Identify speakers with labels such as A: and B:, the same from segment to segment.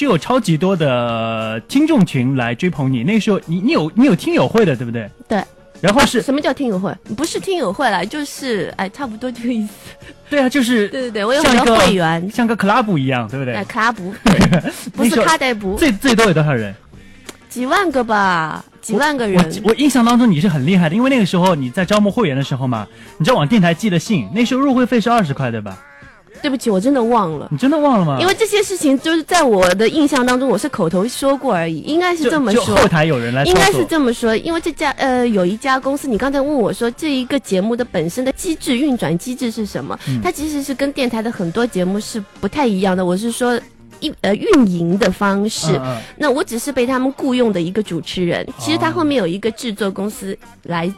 A: 就有超级多的听众群来追捧你。那个时候你你有你有听友会的，对不对？
B: 对。
A: 然后是
B: 什么叫听友会？不是听友会啦，就是哎，差不多这个意思。
A: 对啊，就是
B: 对对对，我有
A: 像
B: 很
A: 一
B: 多
A: 个
B: 会员。
A: 像个 club 一样，对不对？
B: 哎，卡 布不
A: 那时
B: 是
A: 候
B: 卡代布，
A: 最最多有多少人？
B: 几万个吧，几万个
A: 我
B: 人。
A: 我印象当中你是很厉害的，因为那个时候你在招募会员的时候嘛，你知道往电台寄的信，那时候入会费是二十块，对吧？
B: 对不起，我真嗯的忘了。
A: 你真的忘了吗？
B: 因为这些事情就是在我的印象当中，我是口头说过而已，应该是
A: 就
B: 这么
A: 就
B: 说，
A: 后台有人来操
B: 应
A: 作，
B: 该是这么说。因为这家呃有一家公司，你刚才问我说这一个节目的本身的机制运转机制是什么？
A: 嗯
B: 它其实是跟电台的很多节目是不太一样的。我是说。一呃，运营的方式，
A: 嗯嗯
B: 那我只是被他们雇佣的一个主持人。其实他
A: 哦
B: 后面有一个制作公司来，
A: 来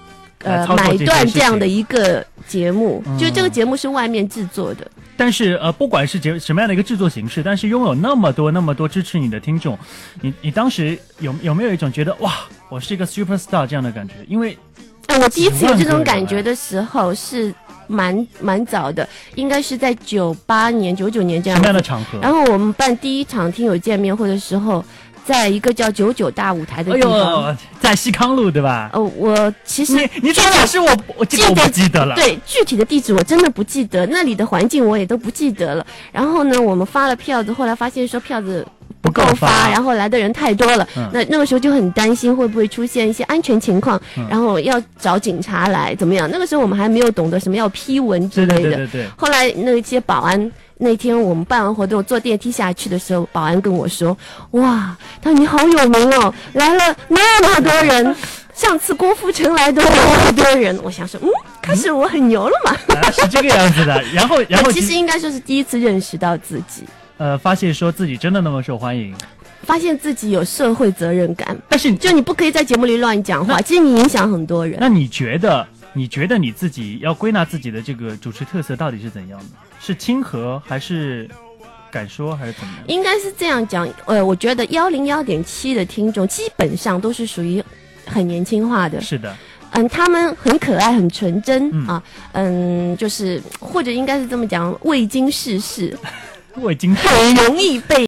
B: 呃，
A: 操作
B: 买
A: 这些
B: 断
A: 事
B: 这样
A: 情
B: 的一个节目，就这个
A: 嗯
B: 节目是外面制作的。
A: 但是呃，不管是节什么样的一个制作形式，但是拥有那么多那么多支持你的听众，你你当时有有没有一种觉得哇，我是一个 super star 这样的感觉？因为
B: 哎，我第一次有这
A: 几万个
B: 种
A: 人
B: 感觉的时候是蛮蛮早的，应该是在九八年、九九年这
A: 什
B: 样
A: 么样的
B: 子。
A: 场合？
B: 然后我们办第一场听友见面会的时候，在一个叫九九大舞台的
A: 哎
B: 地方。
A: 呦，在西康路对吧？
B: 哦，我其实
A: 你你
B: 具
A: 讲
B: 体
A: 老师我我这个我不记得了。
B: 对具体的地址我真的不记得，那里的环境我也都不记得了。然后呢，我们发了票子，后来发现说票子
A: 不
B: 够
A: 够
B: 发，
A: 发
B: 然后来的人太多了。
A: 嗯
B: 那那个时候就很担心会不会出现一些安全情况，
A: 嗯
B: 然后要找警察来怎么样？那个时候我们还没有懂得什么要批文之
A: 对
B: 类的。
A: 对对对对，
B: 后来那些保安。那天我们办完活动，坐电梯下去的时候，保安跟我说：“哇，他说你好有名哦，来了那么多人，上次郭富城来的那么多人。”我想说，嗯，开始我很牛了嘛。
A: 啊是这个样子 的。然后然后
B: 其实应该说是第一次认识到自己，
A: 呃发现说自己真的那么受欢迎，
B: 发现自己有社会责任感，
A: 但是
B: 就你不可以在节目里乱讲话，其实你影响很多人。
A: 那你觉得你觉得你自己要归纳自己的这个主持特色到底是怎样的？是亲和还是敢说还是怎么样？
B: 应该是这样讲，呃，我觉得幺零幺点七的听众基本上都是属于很年轻化的，
A: 是的，
B: 嗯，他们很可爱，很纯真、
A: 嗯
B: 啊，嗯，就是或者应该是这么讲，未经世事，
A: 我已经
B: 很容易被